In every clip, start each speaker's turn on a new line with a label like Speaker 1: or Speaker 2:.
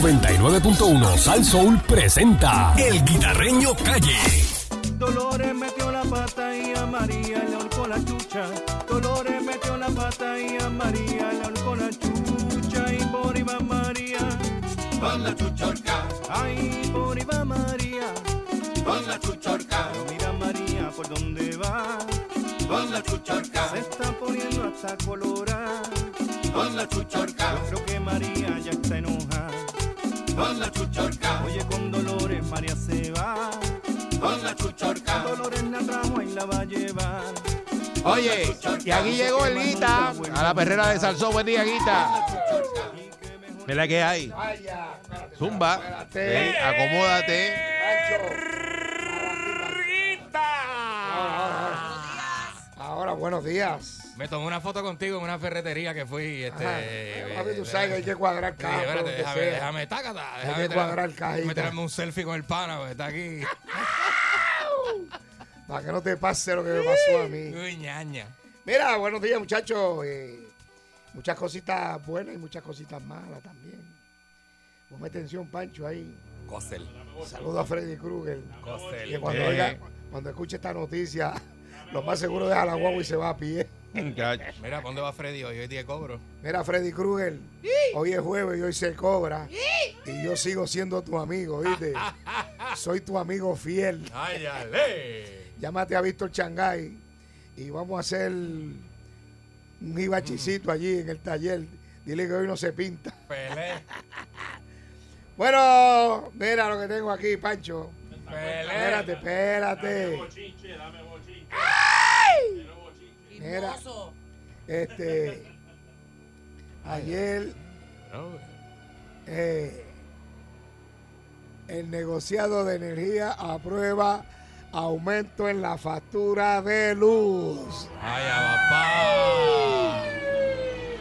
Speaker 1: 99.1 Sal Soul presenta El Guitarreño Calle.
Speaker 2: Dolores metió la pata y a María le ahorcó la chucha. Dolores metió la pata y a María le ahorcó la chucha. Y por iba María,
Speaker 3: Con la chuchorca,
Speaker 2: ay, por iba María.
Speaker 3: con la chuchorca,
Speaker 2: Pero mira María por dónde va,
Speaker 3: con la chuchorca,
Speaker 2: se está poniendo hasta colorada.
Speaker 3: con la
Speaker 2: Yo
Speaker 3: chuchorca,
Speaker 2: creo que María ya está enojada.
Speaker 3: con la chuchorca,
Speaker 2: Oye, con Dolores María se va.
Speaker 3: con la chuchorca.
Speaker 2: Dolores la trajo y la va a llevar.
Speaker 4: Oye, y aquí llegó el Guita a la perrera de Salsó. Buen día, Guita. Mira que hay. Zumba. Ven, acomódate.
Speaker 5: Ahora, buenos días.
Speaker 6: Me tomé una foto contigo en una ferretería que fui. Este,
Speaker 5: Ajá.
Speaker 6: eh,
Speaker 5: Papi,
Speaker 6: eh,
Speaker 5: tú sabes que hay que cuadrar
Speaker 6: Sí,
Speaker 5: caja.
Speaker 6: espérate,
Speaker 5: por donde
Speaker 6: déjame,
Speaker 5: sea.
Speaker 6: déjame, tácata, déjame
Speaker 5: que
Speaker 6: tirar-
Speaker 5: cuadrar cajita.
Speaker 6: déjame tirarme un selfie con el pana, porque está aquí.
Speaker 5: Para que no te pase lo que me pasó a mí.
Speaker 6: Uy, ñaña.
Speaker 5: Mira, buenos días, muchachos. Eh, muchas cositas buenas y muchas cositas malas también. Ponme atención, Pancho, ahí.
Speaker 6: Cosel,
Speaker 5: Saludo a Freddy Krueger. Que
Speaker 6: cosel.
Speaker 5: cuando,
Speaker 4: Eh.
Speaker 5: oiga- cuando escuche esta noticia, lo más seguro deja la guagua y se va a pie.
Speaker 6: Mira, ¿pa' ¿dónde va Freddy hoy? Hoy día cobro.
Speaker 5: Mira, Freddy Krueger, hoy es jueves y hoy se cobra. Y yo sigo siendo tu amigo, ¿viste? Soy tu amigo fiel.
Speaker 6: ¡Ay, ale!
Speaker 5: Llámate a Víctor Changay y vamos a hacer un ibachicito allí en el taller. Dile que hoy no se pinta.
Speaker 6: Pelé,
Speaker 5: Bueno, mira lo que tengo aquí, Pancho. Espérate,
Speaker 6: pelé.
Speaker 5: espérate. Mira, este. Ayer
Speaker 6: No,
Speaker 5: eh, el negociado de energía aprueba aumento en la factura de luz.
Speaker 6: ¡Ay, a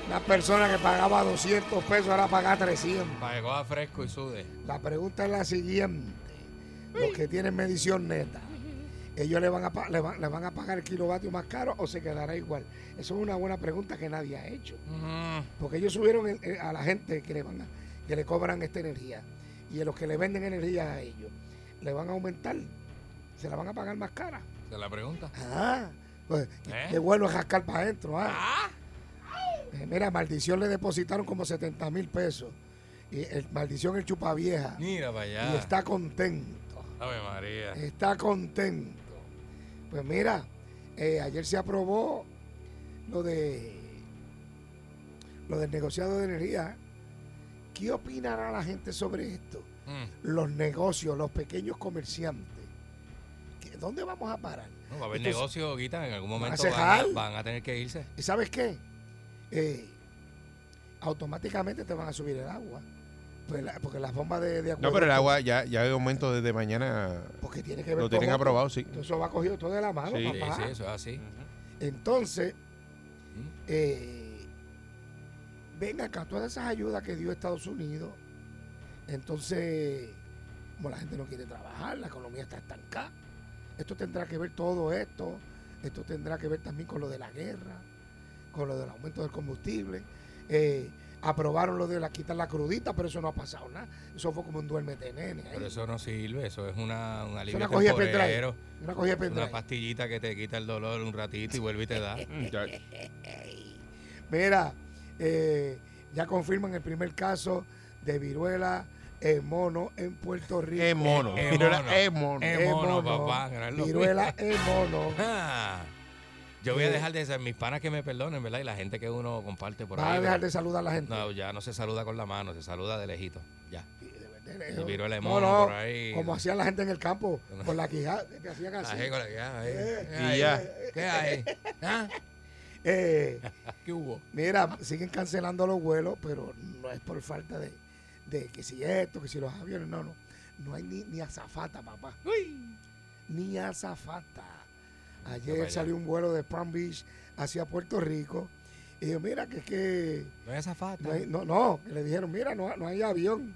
Speaker 5: Una persona que pagaba 200 pesos ahora paga 300.
Speaker 6: papá! Para que coja fresco y sude.
Speaker 5: La pregunta es la siguiente. Los que tienen medición neta, ¿ellos le van a, pa- le van, le van a pagar el kilovatio más caro o se quedará igual? Eso es una buena pregunta que nadie ha hecho.
Speaker 6: Mm,
Speaker 5: Porque ellos subieron el- el- a la gente que le, van a- que le cobran esta energía y a los que le venden energía a ellos, le van a aumentar, se la van a pagar más cara.
Speaker 6: ¿Se la pregunta?
Speaker 5: Ah, pues,
Speaker 6: ¿Eh?
Speaker 5: qué bueno es jascar para adentro. Ah. Eh, mira, maldición le depositaron como 70 mil pesos. Y el, maldición el chupavieja.
Speaker 6: Mira para allá.
Speaker 5: Y está Eh, contento.
Speaker 6: Ave María.
Speaker 5: Está contento. Pues mira, eh, ayer se aprobó lo de lo del negociado de energía. ¿Qué opinará la gente sobre esto?
Speaker 6: Mm,
Speaker 5: Los negocios, los pequeños comerciantes. ¿Qué- ¿Dónde vamos a parar?
Speaker 6: No, va a haber
Speaker 5: Entonces-
Speaker 6: negocio, Guita. En algún
Speaker 5: a
Speaker 6: momento
Speaker 5: cejar.
Speaker 6: van a- van a tener que irse.
Speaker 5: ¿Y sabes qué? Eh, automáticamente te van a subir el agua. Pues la- porque las bombas de, de
Speaker 4: No, pero el
Speaker 5: acueducto,
Speaker 4: agua ya, ya hay aumento desde mañana.
Speaker 5: Porque tiene que ver
Speaker 4: lo tienen
Speaker 5: con-
Speaker 4: aprobado, sí.
Speaker 5: Entonces, Eso va cogido todo de la mano,
Speaker 4: Sí.
Speaker 6: Sí,
Speaker 5: papá.
Speaker 6: sí, eso es así.
Speaker 5: Entonces,
Speaker 6: Mm.
Speaker 5: eh, ven acá, todas esas ayudas que dio Estados Unidos. Entonces, como la gente no quiere trabajar, la economía está estancada. Esto tendrá que ver todo esto. Esto tendrá que ver también con lo de la guerra, con lo del aumento del combustible. Eh, aprobaron lo de la quitar la crudita, pero eso no ha pasado nada. Eso fue como un duerme de nene. ahí.
Speaker 6: Pero eso no sirve, eso es una, un alivio
Speaker 5: una cogida de
Speaker 6: temporero,
Speaker 5: Una cogida de
Speaker 6: una
Speaker 5: pendrive.
Speaker 6: pastillita que te quita el dolor un ratito y vuelve y te da.
Speaker 5: Mira, eh, ya confirman el primer caso de viruela en mono en Puerto Rico.
Speaker 4: Es mono.
Speaker 6: Es
Speaker 4: Viruela,
Speaker 6: mono.
Speaker 4: Es mono.
Speaker 6: Es
Speaker 5: En
Speaker 6: mono, papá, que no es lo
Speaker 5: Viruela en mono.
Speaker 6: Ah, yo
Speaker 5: Eh.
Speaker 6: voy a dejar de ser mis panas que me perdonen, ¿verdad? Y la gente que uno comparte por
Speaker 5: Va
Speaker 6: ahí.
Speaker 5: a dejar de
Speaker 6: ¿verdad?
Speaker 5: saludar a la gente.
Speaker 6: No, ya no se saluda con la mano, se saluda de lejito. Ya.
Speaker 5: Eh,
Speaker 6: viruela de
Speaker 5: no,
Speaker 6: mono
Speaker 5: no,
Speaker 6: por ahí.
Speaker 5: Como hacía la gente en el campo, con la quijada, que hacían así.
Speaker 6: Ahí, con la- ya, ahí. ¿Qué
Speaker 4: Y
Speaker 6: hay?
Speaker 4: ya.
Speaker 6: ¿Qué hay? ¿Ah?
Speaker 5: Eh,
Speaker 6: ¿Qué hubo?
Speaker 5: mira, siguen cancelando los vuelos, pero no es por falta de, de que si esto, que si los aviones, no, no. No hay ni, ni azafata, papá. Ni azafata.
Speaker 6: para
Speaker 5: Ayer
Speaker 6: allá.
Speaker 5: salió un vuelo de Palm Beach hacia Puerto Rico. Y yo, mira, que es que
Speaker 6: No es azafata.
Speaker 5: No, hay- no, no, que le dijeron, mira, no, no hay avión.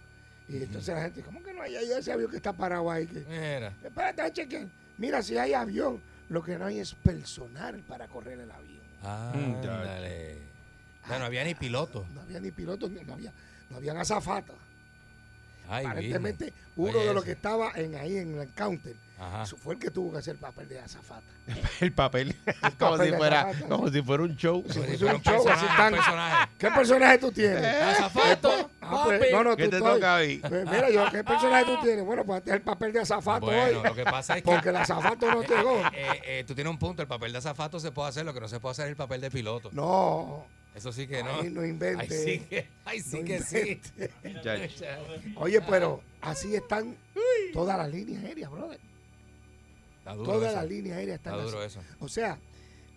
Speaker 5: Y entonces la gente, ¿cómo que no hay, hay ese avión que está parado ahí? Que,
Speaker 6: Mira.
Speaker 5: espérate, chequen. Mira, si hay avión, lo que no hay es personal para correr el avión.
Speaker 6: Ándale. Ya no había ni piloto.
Speaker 5: No había ni pilotos, ni- no había, no habían azafatas.
Speaker 6: Ay,
Speaker 5: Aparentemente,
Speaker 6: Virgen.
Speaker 5: uno
Speaker 6: Oye,
Speaker 5: de los
Speaker 6: eso.
Speaker 5: que estaba en ahí en el counter
Speaker 6: Ajá.
Speaker 5: su- fue el que tuvo que hacer el papel de azafata.
Speaker 4: El papel. como,
Speaker 5: papel
Speaker 4: si
Speaker 5: de
Speaker 4: fuera,
Speaker 5: azafata.
Speaker 4: como si fuera un show.
Speaker 5: Sí,
Speaker 6: Oye,
Speaker 5: es
Speaker 6: pero
Speaker 5: un show, así
Speaker 6: un
Speaker 5: tan-
Speaker 6: personaje.
Speaker 5: ¿Qué personaje tú tienes?
Speaker 6: Azafato,
Speaker 5: Eh. Ah, pues,
Speaker 6: papi. Ah.
Speaker 5: no, no,
Speaker 4: ¿Qué
Speaker 5: tú
Speaker 4: te
Speaker 5: estoy-
Speaker 4: toca ahí?
Speaker 5: Pues, mira, yo, ¿qué personaje tú tienes? Bueno, pues hazte el papel de azafato
Speaker 6: Bueno,
Speaker 5: hoy.
Speaker 6: lo que pasa es que.
Speaker 5: Porque el azafato no llegó.
Speaker 6: Eh, eh, eh, tú tienes un punto, el papel de azafato se puede hacer, lo que no se puede hacer es el papel de piloto.
Speaker 5: No,
Speaker 6: Eso sí que no.
Speaker 5: Ay, no inventes.
Speaker 6: Ay, sí que, ay, sí,
Speaker 5: No
Speaker 6: que sí.
Speaker 4: Muchacho.
Speaker 5: oye, pero así están todas las líneas aéreas, brother.
Speaker 6: Está duro
Speaker 5: Todas
Speaker 6: eso.
Speaker 5: las líneas aéreas están
Speaker 6: Está duro
Speaker 5: así.
Speaker 6: eso.
Speaker 5: O sea,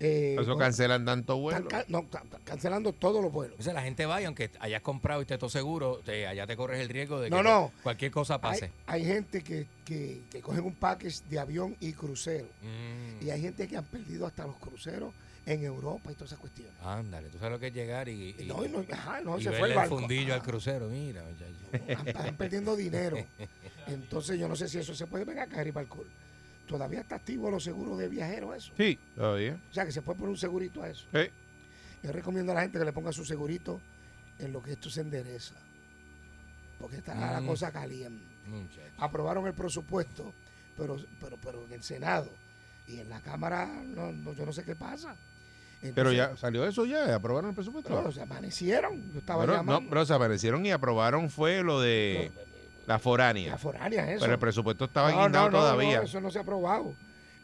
Speaker 5: eh,
Speaker 4: Eso
Speaker 5: no-
Speaker 4: cancelan tanto
Speaker 5: están
Speaker 4: vuelo.
Speaker 5: ca- no, ca- ca- cancelando todos los vuelos.
Speaker 6: O sea, la gente va y aunque hayas comprado y estés todo seguro, te- allá te corres el riesgo de que
Speaker 5: No, no.
Speaker 6: cualquier cosa pase.
Speaker 5: Hay, hay gente que, que, que cogen un package de avión y crucero.
Speaker 6: Mm,
Speaker 5: Y hay gente que han perdido hasta los cruceros en Europa y todas esas cuestiones.
Speaker 6: Ándale, tú sabes lo que es llegar y, y-
Speaker 5: No, y no, ajá, no,
Speaker 6: y
Speaker 5: se fue
Speaker 6: verle
Speaker 5: el
Speaker 6: el,
Speaker 5: barco.
Speaker 6: fundillo al
Speaker 5: Ah.
Speaker 6: crucero. Mira, muchacho.
Speaker 5: Están- están perdiendo dinero. Entonces yo no sé si eso se puede venir a caer y alcohol. Todavía está activo los seguros de viajeros eso.
Speaker 4: Sí, todavía.
Speaker 5: O sea que se puede poner un segurito a eso.
Speaker 4: Sí.
Speaker 5: Yo recomiendo a la gente que le ponga su segurito en lo que esto se endereza. Porque está la
Speaker 6: Mm.
Speaker 5: cosa caliente.
Speaker 6: Muchacho.
Speaker 5: Aprobaron el presupuesto, pero, pero, pero en el Senado y en la Cámara, no, no- yo no sé qué pasa.
Speaker 4: Pero
Speaker 5: Entonces,
Speaker 4: ya salió eso ya, aprobaron el presupuesto.
Speaker 5: no, se amanecieron. Yo estaba
Speaker 4: Bueno,
Speaker 5: llamando.
Speaker 4: no, pero se aparecieron y aprobaron fue lo de la foránea.
Speaker 5: la foránea, eso.
Speaker 4: Pero el presupuesto estaba
Speaker 5: No, no,
Speaker 4: guindado
Speaker 5: no,
Speaker 4: todavía.
Speaker 5: no, eso no se ha aprobado.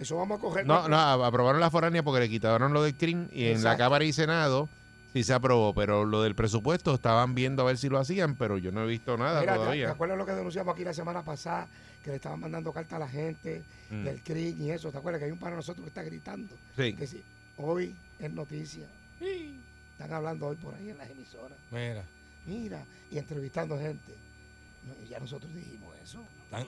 Speaker 5: Eso vamos a coger.
Speaker 4: No, no, a- aprobaron la foránea porque le quitaron lo del CRIM y en la
Speaker 5: Exacto.
Speaker 4: Cámara y Senado sí se aprobó, pero lo del presupuesto estaban viendo a ver si lo hacían, pero yo no he visto nada
Speaker 5: Mira, ¿te- ¿te
Speaker 4: todavía.
Speaker 5: acuerdas lo que denunciamos aquí la semana pasada? Que le estaban mandando cartas a la gente
Speaker 4: Mm.
Speaker 5: del CRIM y eso. ¿Te acuerdas que hay un para nosotros que está gritando?
Speaker 4: Sí.
Speaker 5: Que sí, hoy es noticia. Están hablando hoy por ahí en las emisoras.
Speaker 6: Mira.
Speaker 5: Mira, y entrevistando gente. No, y ya nosotros dijimos eso.
Speaker 6: están-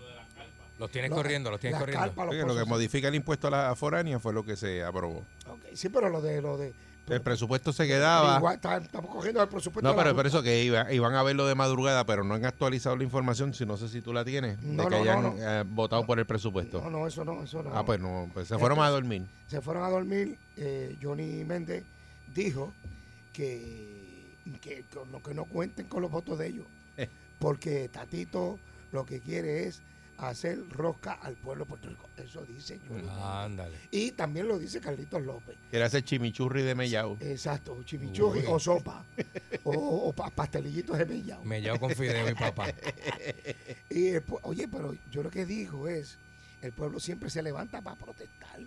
Speaker 6: los tienes
Speaker 5: Los-
Speaker 6: corriendo, los tienes
Speaker 5: las
Speaker 6: corriendo.
Speaker 5: carpas, los
Speaker 4: Oye, lo que
Speaker 5: pozos.
Speaker 4: modifica el impuesto a la foránea fue lo que se aprobó.
Speaker 5: Ok, Sí, pero lo de... Lo de
Speaker 4: El presupuesto se
Speaker 5: pero
Speaker 4: quedaba.
Speaker 5: igual, está- estamos cogiendo el presupuesto.
Speaker 4: No,
Speaker 5: de la
Speaker 4: pero por
Speaker 5: Junta.
Speaker 4: eso que iba, iban a verlo de madrugada, pero no han actualizado la información, si no sé si tú la tienes,
Speaker 5: No,
Speaker 4: de que
Speaker 5: no,
Speaker 4: hayan
Speaker 5: no, no.
Speaker 4: eh, votado por el presupuesto.
Speaker 5: No, no, eso no, eso no.
Speaker 4: Ah, pues no, pues se fueron a dormir.
Speaker 5: se fueron a dormir, eh, Johnny Méndez dijo que, que, con lo que no cuenten con los votos de ellos,
Speaker 4: Eh.
Speaker 5: porque Tatito lo que quiere es hacer rosca al pueblo de Puerto Rico. Eso dice Johnny.
Speaker 6: Ah. Ándale.
Speaker 5: Y también lo dice Carlitos López.
Speaker 4: Quiere hacer chimichurri de mellao.
Speaker 5: Exacto, chimichurri
Speaker 6: Uy.
Speaker 5: o sopa, o, o pa- pastelillitos de mellao.
Speaker 6: Me llevo con Fideo mi papá.
Speaker 5: Y el pue- oye, pero yo lo que digo es, el pueblo siempre se levanta para protestar. Y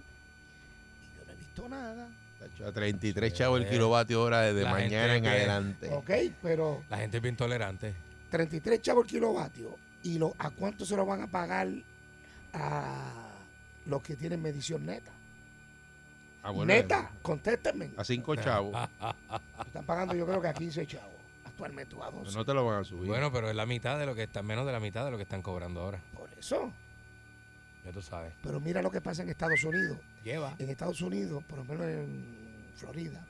Speaker 5: yo no he visto nada.
Speaker 4: Tacho, A 33 chavos el kilovatio hora desde
Speaker 6: La gente
Speaker 4: mañana en
Speaker 6: que-
Speaker 4: adelante.
Speaker 5: Ok, pero...
Speaker 6: La gente es bien tolerante.
Speaker 5: 33 chavos el kilovatio y lo, a cuánto se lo van a pagar a los que tienen medición neta.
Speaker 4: Ah, bueno,
Speaker 5: neta, contéstenme.
Speaker 4: A 5 chavos.
Speaker 5: Están pagando yo creo que a 15 chavos. Actualmente o a 12.
Speaker 4: Pues No te lo van a subir.
Speaker 6: Bueno, pero es la mitad de lo que están, menos de la mitad de lo que están cobrando ahora.
Speaker 5: Por eso.
Speaker 6: Ya tú sabes.
Speaker 5: Pero mira lo que pasa en Estados Unidos.
Speaker 6: Lleva.
Speaker 5: En Estados Unidos, por lo menos en Florida,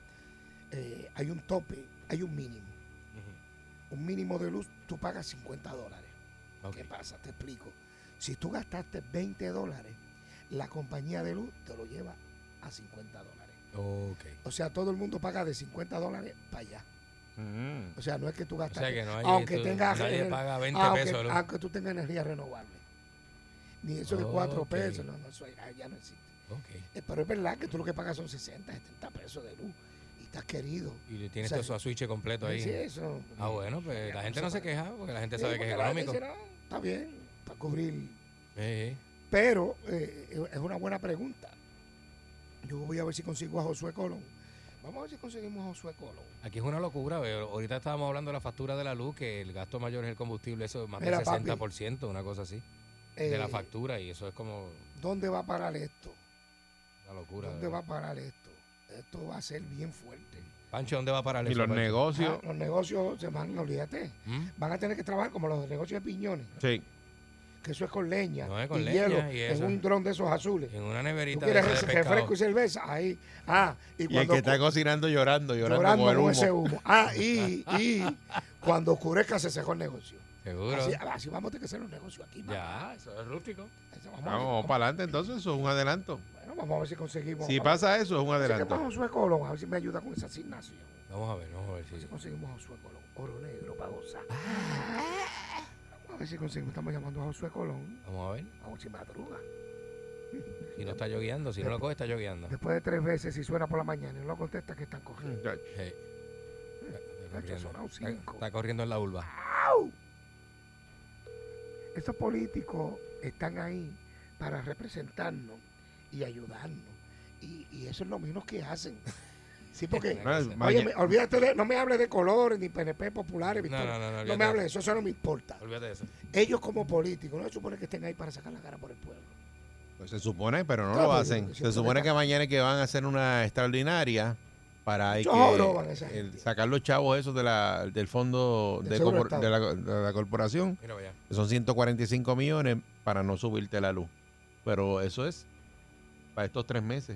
Speaker 5: eh, hay un tope, hay un mínimo. Un mínimo de luz, tú pagas 50 dólares.
Speaker 6: Ok.
Speaker 5: ¿Qué pasa? Te explico. Si tú gastaste 20 dólares, la compañía de luz te lo lleva a 50 dólares.
Speaker 6: Ok.
Speaker 5: O sea, todo el mundo paga de 50 dólares para allá.
Speaker 4: Mm.
Speaker 5: O sea, no es que tú
Speaker 6: O
Speaker 5: gastas.
Speaker 6: sea que no hay.
Speaker 5: aunque
Speaker 6: tú-
Speaker 5: tengas.
Speaker 6: nadie
Speaker 5: ener-
Speaker 6: paga 20
Speaker 5: aunque,
Speaker 6: pesos. ¿no?
Speaker 5: aunque tú tengas energía renovable. Ni eso de 4
Speaker 6: Ok.
Speaker 5: pesos. No, no, eso ya, ya no existe.
Speaker 6: Ok.
Speaker 5: Eh, Pero es verdad que tú lo que pagas son 60, 70 pesos de luz. Y estás querido.
Speaker 6: Y le tienes
Speaker 5: O sea,
Speaker 6: todo eso a switch completo ahí.
Speaker 5: Sí, eso.
Speaker 6: Ah, bueno, pues la gente no se queja porque la gente
Speaker 5: Sí,
Speaker 6: sabe que
Speaker 5: porque
Speaker 6: es
Speaker 5: la gente
Speaker 6: económico.
Speaker 5: dice, "No, está bien, para cubrir.
Speaker 6: Sí,
Speaker 5: Pero eh, es una buena pregunta. Yo voy a ver si consigo a Josué Colón. Vamos a ver si conseguimos a Josué Colón.
Speaker 6: Aquí es una locura. ve, Ahorita estábamos hablando de la factura de la luz, que el gasto mayor es el combustible, eso es más
Speaker 5: Mira,
Speaker 6: del
Speaker 5: papi.
Speaker 6: 60%, una cosa así, de la
Speaker 5: Eh,
Speaker 6: factura. Y eso es como
Speaker 5: ¿Dónde va a parar esto?
Speaker 6: una locura.
Speaker 5: ¿Dónde
Speaker 6: de
Speaker 5: va
Speaker 6: verdad.
Speaker 5: a parar esto? Esto va a ser bien fuerte.
Speaker 6: Pancho, ¿dónde va a parar
Speaker 4: Y
Speaker 6: eso,
Speaker 4: los
Speaker 6: Pancho?
Speaker 4: negocios.
Speaker 5: Ah, los negocios se van, olvídate.
Speaker 6: ¿Mm?
Speaker 5: Van a tener que trabajar como los negocios de piñones,
Speaker 4: Sí.
Speaker 5: que eso es con leña
Speaker 6: No, es con
Speaker 5: y
Speaker 6: leña,
Speaker 5: hielo,
Speaker 6: y
Speaker 5: en
Speaker 6: eso.
Speaker 5: un dron de esos azules.
Speaker 6: En una
Speaker 5: ¿Tú
Speaker 6: neverita de,
Speaker 5: quieres
Speaker 6: esas
Speaker 5: res-
Speaker 6: de pescado.
Speaker 5: refresco y cerveza? Ahí. Ah, y
Speaker 4: Y el
Speaker 5: cuando
Speaker 4: que está cocinando llorando, llorando,
Speaker 5: llorando
Speaker 4: con el humo.
Speaker 5: ese humo. Ah, y, y cuando oscurezca se cerró el negocio.
Speaker 6: Seguro.
Speaker 5: Así, así vamos a tener que hacer un negocio aquí. papá.
Speaker 6: Ya, Ah, eso es rústico.
Speaker 5: Eso Vamos, a ver.
Speaker 4: Vamos para adelante entonces, eso es un adelanto.
Speaker 5: Bueno, vamos a ver si conseguimos.
Speaker 4: Si
Speaker 5: vamos
Speaker 4: pasa eso, es un
Speaker 5: a ver si
Speaker 4: adelanto.
Speaker 5: conseguimos a Josué Colón, a ver si me ayuda con esa asignación.
Speaker 6: Vamos a ver, vamos a ver
Speaker 5: Si
Speaker 6: si. Ah.
Speaker 5: conseguimos a Josué Colón, oro negro para gozar. Vamos a A ver si conseguimos. Estamos llamando a Josué Colón.
Speaker 6: Vamos a ver.
Speaker 5: Vamos si madruga.
Speaker 6: Ah. Si no está lloviando, si no lo coge, está lloviando.
Speaker 5: Después de tres veces, si suena por la mañana y no lo contesta, que están cogiendo. Tacho, sonado
Speaker 6: Está,
Speaker 5: cinco.
Speaker 6: está corriendo en la urba.
Speaker 5: Estos políticos están ahí para representarnos y ayudarnos. Y, y eso es lo menos que hacen. Sí, porque.
Speaker 6: No,
Speaker 4: Bueno,
Speaker 6: Oye,
Speaker 4: maña-
Speaker 5: Oye, me- olvídate, de- no me hables de colores, ni PNP populares,
Speaker 6: No,
Speaker 5: Victoria.
Speaker 6: no, no, no,
Speaker 5: no
Speaker 6: olvídate.
Speaker 5: me hables de eso, eso no me importa.
Speaker 6: Olvídate de eso.
Speaker 5: Ellos como políticos, no se supone que estén ahí para sacar la cara por el pueblo.
Speaker 4: Pues se supone, pero no lo
Speaker 5: Claro, pero
Speaker 4: hacen.
Speaker 5: siempre
Speaker 4: Se supone
Speaker 5: está-
Speaker 4: que mañana es que van a hacer una extraordinaria para hay
Speaker 5: Yo joroban a esa
Speaker 4: que el-
Speaker 5: gente.
Speaker 4: sacar los chavos esos de la, del fondo
Speaker 5: Del
Speaker 4: de,
Speaker 5: seguro
Speaker 4: corpor- de la, de la corporación.
Speaker 6: Mira para allá.
Speaker 4: que Son 145 millones para no subirte la luz. Pero eso es para estos tres meses.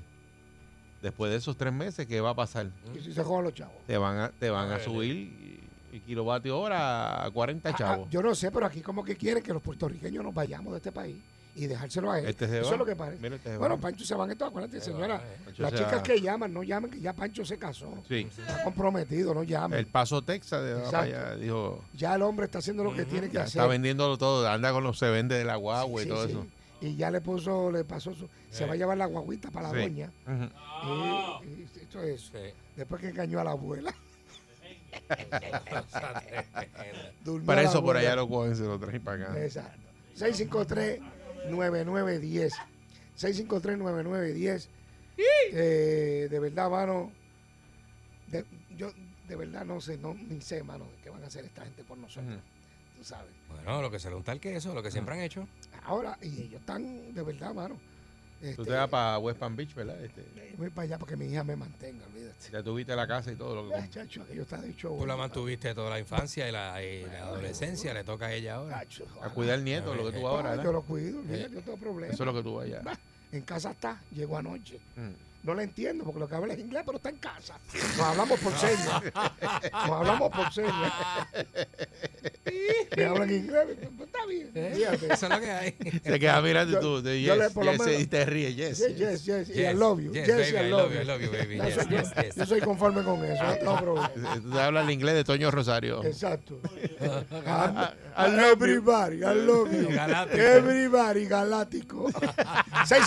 Speaker 4: Después de esos tres meses, ¿qué va a pasar?
Speaker 5: Y
Speaker 6: Mm.
Speaker 5: si se jodan los chavos.
Speaker 4: Te van a, te van a
Speaker 6: Vale.
Speaker 4: subir el kilovatio hora a 40
Speaker 5: Ah,
Speaker 4: chavos.
Speaker 5: ah, yo no sé, pero aquí como que quieren que los puertorriqueños nos vayamos de este país y dejárselo a él.
Speaker 4: Este se
Speaker 5: eso
Speaker 4: va.
Speaker 5: es lo que parece.
Speaker 4: Mira, este se
Speaker 5: Bueno,
Speaker 4: va.
Speaker 5: Pancho se van estos, acuérdate,
Speaker 6: Se
Speaker 5: señora.
Speaker 6: va, eh.
Speaker 4: Pancho
Speaker 5: Las
Speaker 4: se
Speaker 5: chicas
Speaker 4: va.
Speaker 5: que llaman, no llamen, que ya Pancho se casó.
Speaker 4: Sí.
Speaker 5: Está comprometido, no llamen.
Speaker 4: El paso Texas de va para
Speaker 5: Exacto.
Speaker 4: allá, dijo.
Speaker 5: Ya el hombre está haciendo lo que tiene que
Speaker 4: Ya
Speaker 5: hacer.
Speaker 4: está vendiéndolo todo, anda con los se vende de la guagua
Speaker 5: Sí,
Speaker 4: y todo
Speaker 5: sí.
Speaker 4: eso.
Speaker 5: Y ya le puso, le pasó su- Se
Speaker 6: Eh.
Speaker 5: va a llevar la guaguita para la
Speaker 4: Sí.
Speaker 5: doña.
Speaker 4: Ujú.
Speaker 5: Y- y esto es.
Speaker 6: Sí.
Speaker 5: Después que engañó a la abuela.
Speaker 6: eh.
Speaker 5: durmió
Speaker 4: Para
Speaker 5: a la
Speaker 4: eso por
Speaker 5: abuela.
Speaker 4: allá lo cogen, se lo traen para acá.
Speaker 5: Exacto. 653-9910. 653-9910. Eh, de verdad, mano. de- yo de verdad no sé, no, ni sé, mano, qué van a hacer esta gente por nosotros. Tú sabes.
Speaker 6: Bueno, lo que se le unta el queso, lo que siempre han hecho.
Speaker 5: Ahora, y ellos están, de verdad, mano.
Speaker 4: Tú
Speaker 5: este, eh,
Speaker 4: te vas para West Palm Beach, ¿verdad? Este,
Speaker 5: Voy para allá para que mi hija me mantenga, olvídate.
Speaker 4: ya tuviste la casa y todo lo que
Speaker 5: Ah,
Speaker 4: comp-
Speaker 5: chacho, aquello está de show.
Speaker 6: Tú la mantuviste toda la infancia y la, y la adolescencia, le toca a ella ahora.
Speaker 5: Chacho,
Speaker 4: A cuidar al nieto, lo que tú vas ahora,
Speaker 5: yo
Speaker 4: ¿verdad?
Speaker 5: lo cuido, olvídate, eh, yo tengo problemas.
Speaker 4: Eso es lo que tú vas allá.
Speaker 5: Bah, En casa está, llegó anoche.
Speaker 4: Mm.
Speaker 5: No la entiendo porque lo que habla es inglés, pero está en casa. Nos hablamos por señas. Nos hablamos por señas. Me hablan inglés, pero está bien.
Speaker 6: ¿Eh?
Speaker 5: fíjate.
Speaker 6: Eso es lo que hay.
Speaker 4: Se queda mirando y
Speaker 5: Yo-
Speaker 4: tú, de
Speaker 5: yo le-
Speaker 4: yes,
Speaker 5: por lo
Speaker 4: yes,
Speaker 5: menos-
Speaker 4: y te ríes, yes.
Speaker 5: Yes, yes, yes. Y I love you. Yes, y
Speaker 6: baby,
Speaker 5: I love you.
Speaker 6: I love you, baby.
Speaker 5: Ya
Speaker 6: Yes,
Speaker 5: soy-
Speaker 6: yes, yes.
Speaker 5: Yo soy conforme con eso, no tengo problema.
Speaker 4: Eh, Tú hablas el inglés de Toño Rosario. Ah,
Speaker 5: Exacto. I love everybody, I love you.
Speaker 6: Galáctico.
Speaker 5: Everybody, galáctico.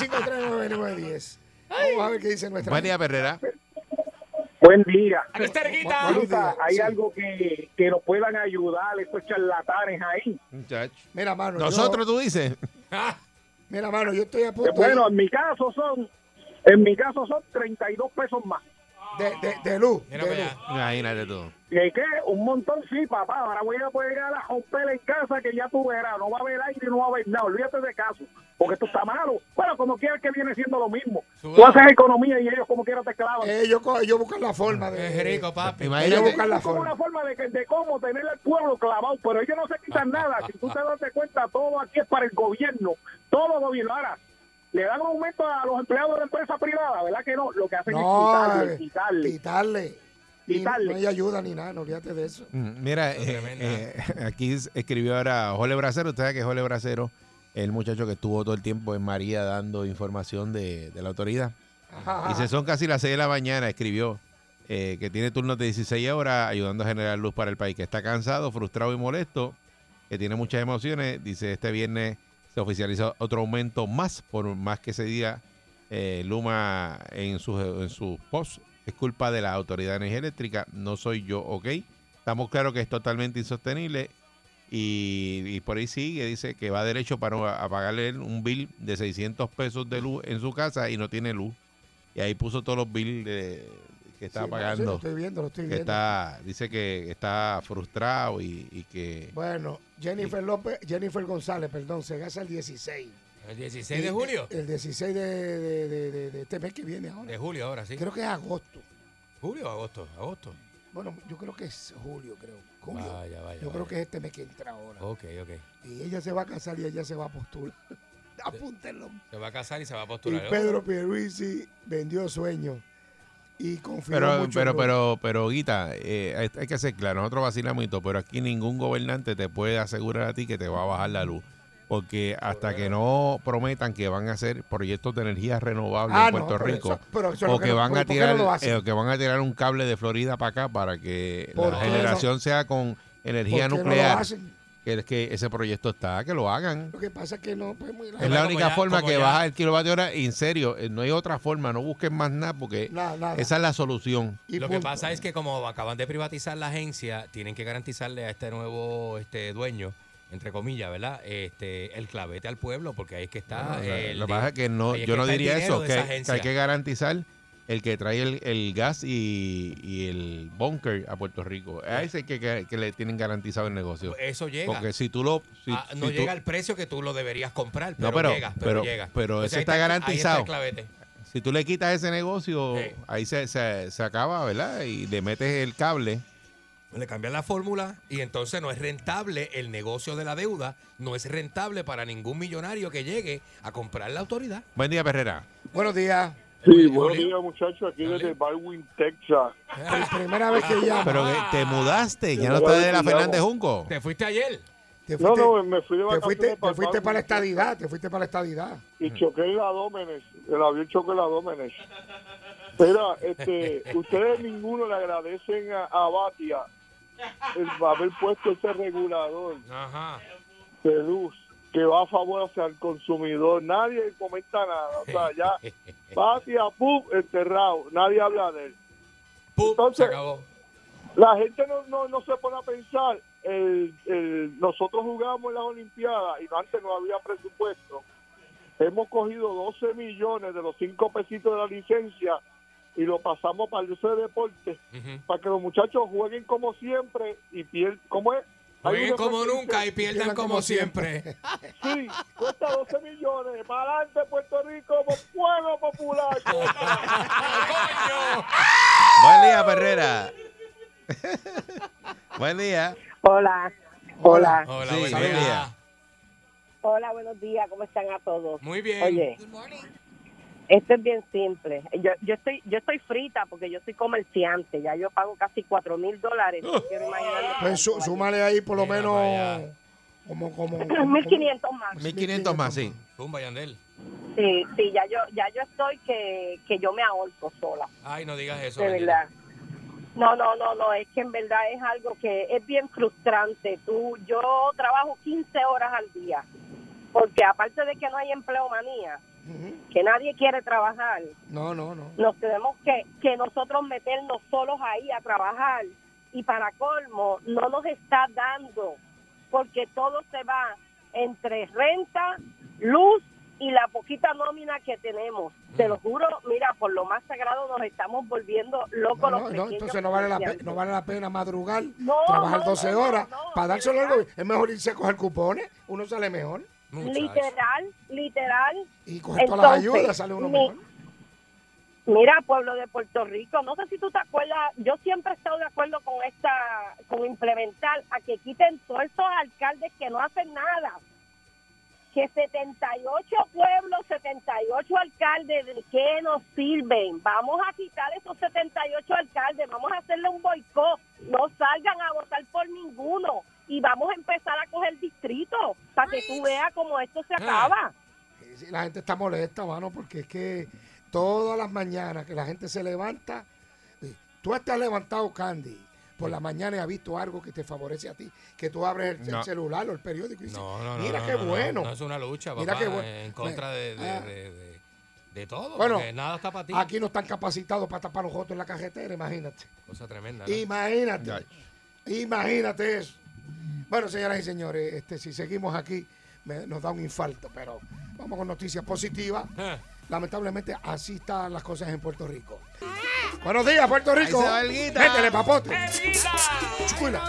Speaker 5: 6539910. Vamos a ver qué dice nuestra.
Speaker 4: Buen día, Perrera.
Speaker 7: Buen día.
Speaker 6: Aquí está
Speaker 5: Bu- buenos días.
Speaker 7: Hay
Speaker 5: Ah, Sí.
Speaker 7: algo que, que nos puedan ayudar, estos charlatanes ahí.
Speaker 4: Muchacho.
Speaker 5: Mira, mano. yo-
Speaker 4: Nosotros, tú dices.
Speaker 5: mira, mano, yo estoy a punto
Speaker 7: Eh, Bueno, en mi caso son, en mi caso son 32 pesos más.
Speaker 5: de, de, de luz.
Speaker 6: Mira
Speaker 5: de
Speaker 6: para
Speaker 5: luz.
Speaker 6: allá.
Speaker 4: Imagínate tú.
Speaker 7: ¿Y Eh, qué? Un montón, sí, papá. Ahora voy a poder ir a romper en casa que ya tú verás. No va a haber aire, no va a haber nada. Olvídate de caso, porque esto está malo. Bueno, como quiera que viene siendo lo mismo. Tú haces economía y ellos como quiera te clavan.
Speaker 5: Ellos, Eh, co- ellos buscan la forma de.
Speaker 6: Es rico, papi.
Speaker 5: Ellos
Speaker 4: Imagínate.
Speaker 5: buscan la
Speaker 7: Es como una
Speaker 5: forma.
Speaker 7: forma de, que- de cómo tener al pueblo clavado, pero ellos no se quitan nada. Si tú te das cuenta, todo aquí es para el gobierno. Todo gobierno. Ahora, le dan un aumento a los empleados de empresa privada, ¿verdad que no? Lo que hacen
Speaker 5: No, eh,
Speaker 7: es quitarle, quitarle.
Speaker 5: quitarle. Y
Speaker 7: Quitarle.
Speaker 5: No hay ayuda ni nada, no olvídate de eso.
Speaker 4: Mm, Mira,
Speaker 6: Eso es
Speaker 4: eh,
Speaker 6: tremenda.
Speaker 4: eh, aquí s- escribió ahora Jole Bracero. Usted sabe que Jole Bracero, el muchacho que estuvo todo el tiempo en María dando información de, de la autoridad.
Speaker 5: Ajá.
Speaker 4: Y se son casi las 6 de la mañana, escribió eh, que tiene turnos de 16 horas ayudando a generar luz para el país, que está cansado, frustrado y molesto, que tiene muchas emociones. Dice, este viernes se oficializa otro aumento más, por más que se diga eh, Luma en sus en sus posts. Es culpa de la Autoridad de Energía Eléctrica, no soy yo, ¿ok? Estamos claros que es totalmente insostenible y, y por ahí sigue, dice que va derecho para a pagarle él un bill de 600 pesos de luz en su casa y no tiene luz. Y ahí puso todos los bills de- que está
Speaker 5: Sí, no, sí, lo
Speaker 4: pagando.
Speaker 5: estoy viendo, lo estoy
Speaker 4: que
Speaker 5: viendo.
Speaker 4: está, dice que está frustrado y, y que...
Speaker 5: Bueno, Jennifer López, Jennifer González, perdón, se casa el 16.
Speaker 6: El 16 de julio.
Speaker 5: El 16 de, de- de- de- de este mes que viene ahora.
Speaker 6: De julio ahora, sí.
Speaker 5: Creo que es agosto.
Speaker 6: Julio o agosto. Agosto.
Speaker 5: Bueno, yo creo que es julio, creo. Julio.
Speaker 6: Vaya, vaya. Oh.
Speaker 5: yo creo
Speaker 6: vaya.
Speaker 5: que es este mes que entra ahora.
Speaker 6: Ok, ok.
Speaker 5: Y ella se va a casar y ella se va a postular. Apúntenlo.
Speaker 6: Se va a casar y se va a
Speaker 5: Y
Speaker 6: postular.
Speaker 5: Pedro Pierluisi vendió sueños y confió
Speaker 4: Pero,
Speaker 5: mucho.
Speaker 4: pero,
Speaker 5: en los-
Speaker 4: pero, pero, Guita, eh, hay- hay que ser claro, nosotros vacilamos y todo, pero aquí ningún gobernante te puede asegurar a ti que te va a bajar la luz. Porque hasta que no prometan que van a hacer proyectos de energía renovable
Speaker 5: Ah,
Speaker 4: en
Speaker 5: no,
Speaker 4: Puerto
Speaker 5: pero
Speaker 4: Rico,
Speaker 5: eso- pero eso es lo
Speaker 4: o
Speaker 5: que
Speaker 4: que
Speaker 5: no-
Speaker 4: van
Speaker 5: ¿por-
Speaker 4: a
Speaker 5: por qué
Speaker 4: tirar,
Speaker 5: no lo hacen?
Speaker 4: eh, o que van a tirar un cable de Florida para acá para que
Speaker 5: ¿Por
Speaker 4: la
Speaker 5: qué no?
Speaker 4: generación sea con
Speaker 5: ¿Por
Speaker 4: energía
Speaker 5: qué no lo
Speaker 4: nuclear.
Speaker 5: hacen?
Speaker 4: que, es que ese proyecto está, que lo hagan.
Speaker 5: Lo que pasa es que no, pues muy
Speaker 4: Es la
Speaker 6: como
Speaker 4: única
Speaker 6: ya-
Speaker 4: forma
Speaker 6: como
Speaker 4: que
Speaker 6: ya-
Speaker 4: baja el kilovatio hora. En serio, eh, no hay otra forma. No busquen más nada porque
Speaker 5: Nada, nada.
Speaker 4: esa es la solución.
Speaker 5: Y
Speaker 6: Lo que
Speaker 5: punto.
Speaker 6: pasa es que como acaban de privatizar la agencia, tienen que garantizarle a este nuevo este dueño, entre comillas, ¿verdad? Este el clavete al pueblo, porque ahí es que está.
Speaker 4: Bueno,
Speaker 6: el
Speaker 4: lo que
Speaker 6: di-
Speaker 4: pasa es que no,
Speaker 6: ahí es
Speaker 4: yo
Speaker 6: que
Speaker 4: no
Speaker 6: está el
Speaker 4: diría
Speaker 6: dinero
Speaker 4: eso,
Speaker 6: de
Speaker 4: que,
Speaker 6: esa
Speaker 4: hay- que
Speaker 6: agencia.
Speaker 4: hay que garantizar el que trae el, el gas y, y el bunker a Puerto Rico. A
Speaker 6: Pues
Speaker 4: ese es que, que, que le tienen garantizado el negocio.
Speaker 6: Eso llega.
Speaker 4: Porque si tú lo... si-
Speaker 6: Pues, Ah, no
Speaker 4: si tú-
Speaker 6: llega al precio que tú lo deberías comprar, pero,
Speaker 4: No, pero-
Speaker 6: llega, pero,
Speaker 4: pero-
Speaker 6: llega.
Speaker 4: pero
Speaker 6: Entonces,
Speaker 4: ese
Speaker 6: ahí
Speaker 4: está
Speaker 6: Ahí está
Speaker 4: garantizado.
Speaker 6: el clavete.
Speaker 4: Si tú le quitas ese negocio,
Speaker 6: Sí.
Speaker 4: ahí se, se- se acaba, ¿verdad? Y le metes el cable.
Speaker 6: Le cambian la fórmula y entonces no es rentable el negocio de la deuda, no es rentable para ningún millonario que llegue a comprar la autoridad.
Speaker 4: Buen día, Perrera.
Speaker 5: Buenos días.
Speaker 8: Sí,
Speaker 6: Oli-
Speaker 8: buenos
Speaker 6: Oli-
Speaker 8: días muchachos, aquí
Speaker 6: Oli.
Speaker 8: desde Baldwin, Texas.
Speaker 5: Por primera vez que llamo.
Speaker 4: Pero que te mudaste, ya no
Speaker 8: Yo
Speaker 4: estás
Speaker 8: voy
Speaker 4: de la
Speaker 8: y
Speaker 4: Fernández
Speaker 8: llamo.
Speaker 4: Junco.
Speaker 6: Ah. Te fuiste ayer.
Speaker 5: Te
Speaker 8: No,
Speaker 5: fuiste,
Speaker 8: no, me fui de
Speaker 5: te
Speaker 8: vacaciones
Speaker 5: fuiste, te fuiste para la
Speaker 8: Baldwin,
Speaker 5: estadidad, te fuiste para la estadidad.
Speaker 8: Y choqué en la Dómenes, el avión choqué en la Dómenes. Mira, este, ustedes ninguno le agradecen a, a Batia el haber puesto ese regulador
Speaker 6: Ajá.
Speaker 8: de luz que va a favor hacia el consumidor. Nadie comenta nada, o sea, ya Batia, pum, enterrado, nadie habla de él.
Speaker 6: Pum, se
Speaker 8: Entonces-
Speaker 6: acabó.
Speaker 8: La gente no, no, no se pone a pensar. El, el- nosotros jugamos en las Olimpiadas y antes no había presupuesto. Hemos cogido 12 millones de los 5 pesitos de la licencia y lo pasamos para el uso de deporte
Speaker 6: Ujú.
Speaker 8: para que los muchachos jueguen como siempre y pierden. ¿Cómo es? Hay
Speaker 6: Jueguen
Speaker 8: uno
Speaker 6: como
Speaker 8: que dice,
Speaker 6: nunca y pierdan
Speaker 5: pierdan
Speaker 6: como
Speaker 5: como
Speaker 6: siempre.
Speaker 8: Sí, cuesta 12 millones. Para adelante, Puerto Rico, como pueblo popular.
Speaker 6: ¡Coño!
Speaker 4: Buen día, Perrera. Buen día.
Speaker 9: Hola,
Speaker 5: Hola.
Speaker 6: Hola,
Speaker 4: Sí,
Speaker 6: buen
Speaker 4: buen
Speaker 6: día.
Speaker 4: día.
Speaker 9: hola, buenos días, ¿cómo están a todos?
Speaker 6: Muy bien.
Speaker 9: Oye, esto es bien simple. Yo, yo estoy yo estoy frita porque yo soy comerciante, ya yo pago casi cuatro mil dólares.
Speaker 5: Ah.
Speaker 9: no quiero imaginarme
Speaker 5: Pues su-
Speaker 9: cuánto
Speaker 5: súmale ahí por lo
Speaker 6: Mira para
Speaker 5: menos
Speaker 6: allá.
Speaker 5: como como
Speaker 9: vale. 1500 más.
Speaker 4: 1500 más, sí.
Speaker 6: Zumba, Yandel.
Speaker 9: Sí, sí, ya yo ya yo estoy que, que yo me ahorco sola,
Speaker 6: Ay, no digas eso.
Speaker 9: de
Speaker 6: Yandel.
Speaker 9: verdad. No, no, no, no, es que en verdad es algo que es bien frustrante. Tú yo trabajo 15 horas al día. Porque aparte de que no hay empleo manía,
Speaker 5: Ujú.
Speaker 9: que nadie quiere trabajar,
Speaker 5: No, no, no.
Speaker 9: nos tenemos que, que nosotros meternos solos ahí a trabajar y para colmo no nos está dando porque todo se va entre renta, luz y la poquita nómina que tenemos. Te lo juro, mira, por lo más sagrado nos estamos volviendo
Speaker 5: No,
Speaker 9: locos
Speaker 5: no,
Speaker 9: los
Speaker 5: no,
Speaker 9: pequeños
Speaker 5: entonces no vale la pena,
Speaker 9: comerciantes.
Speaker 5: no vale la pena madrugar,
Speaker 9: No,
Speaker 5: trabajar
Speaker 9: no,
Speaker 5: 12
Speaker 9: no,
Speaker 5: horas
Speaker 9: no, no,
Speaker 5: para dárselo
Speaker 9: ¿verdad?
Speaker 5: algo. Es mejor irse a coger cupones, uno sale mejor
Speaker 6: Muchacho.
Speaker 9: Literal, literal.
Speaker 5: y coger todas las
Speaker 9: Entonces,
Speaker 5: ayudas sale uno
Speaker 9: mi-
Speaker 5: mejor.
Speaker 9: Mira, pueblo de Puerto Rico, no sé si tú te acuerdas, yo siempre he estado de acuerdo con esta, con implementar a que quiten todos estos alcaldes que no hacen nada. Que 78 pueblos, 78 alcaldes, ¿de qué nos sirven? Vamos a quitar esos 78 alcaldes, vamos a hacerle un boicot, no salgan a votar por ninguno y vamos a empezar a coger distritos para que tú veas cómo esto se acaba.
Speaker 5: Sí, sí, La gente está molesta, mano, porque es que todas las mañanas que la gente se levanta, eh, tú estás levantado, Candy, por la mañana y has visto algo que te favorece a ti, que tú abres el, el
Speaker 4: No.
Speaker 5: celular o el periódico y dices,
Speaker 6: No, no, no.
Speaker 5: mira
Speaker 6: no,
Speaker 5: qué
Speaker 6: no, no.
Speaker 5: bueno.
Speaker 6: No, es una lucha,
Speaker 5: Mira
Speaker 6: papá,
Speaker 5: qué bueno.
Speaker 6: en contra de, de,
Speaker 5: Ah.
Speaker 6: de, de- de todo.
Speaker 5: Bueno,
Speaker 6: porque nada está para ti.
Speaker 5: Aquí no están capacitados para tapar los jotos en la carretera, imagínate.
Speaker 6: Cosa tremenda. ¿no?
Speaker 5: Imagínate.
Speaker 4: Ay.
Speaker 5: Imagínate eso. Bueno, señoras y señores, este, si seguimos aquí, me- nos da un infarto, pero vamos con noticias positivas.
Speaker 6: Ah.
Speaker 5: Lamentablemente, así están las cosas en Puerto Rico. Buenos días, Puerto Rico.
Speaker 4: se va el guita.
Speaker 5: Métele, papote. Chucuila.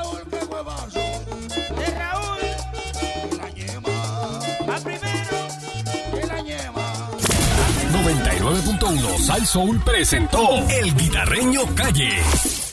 Speaker 2: primero,
Speaker 1: 99.1 Sal Soul presentó El Guitarreño Calle.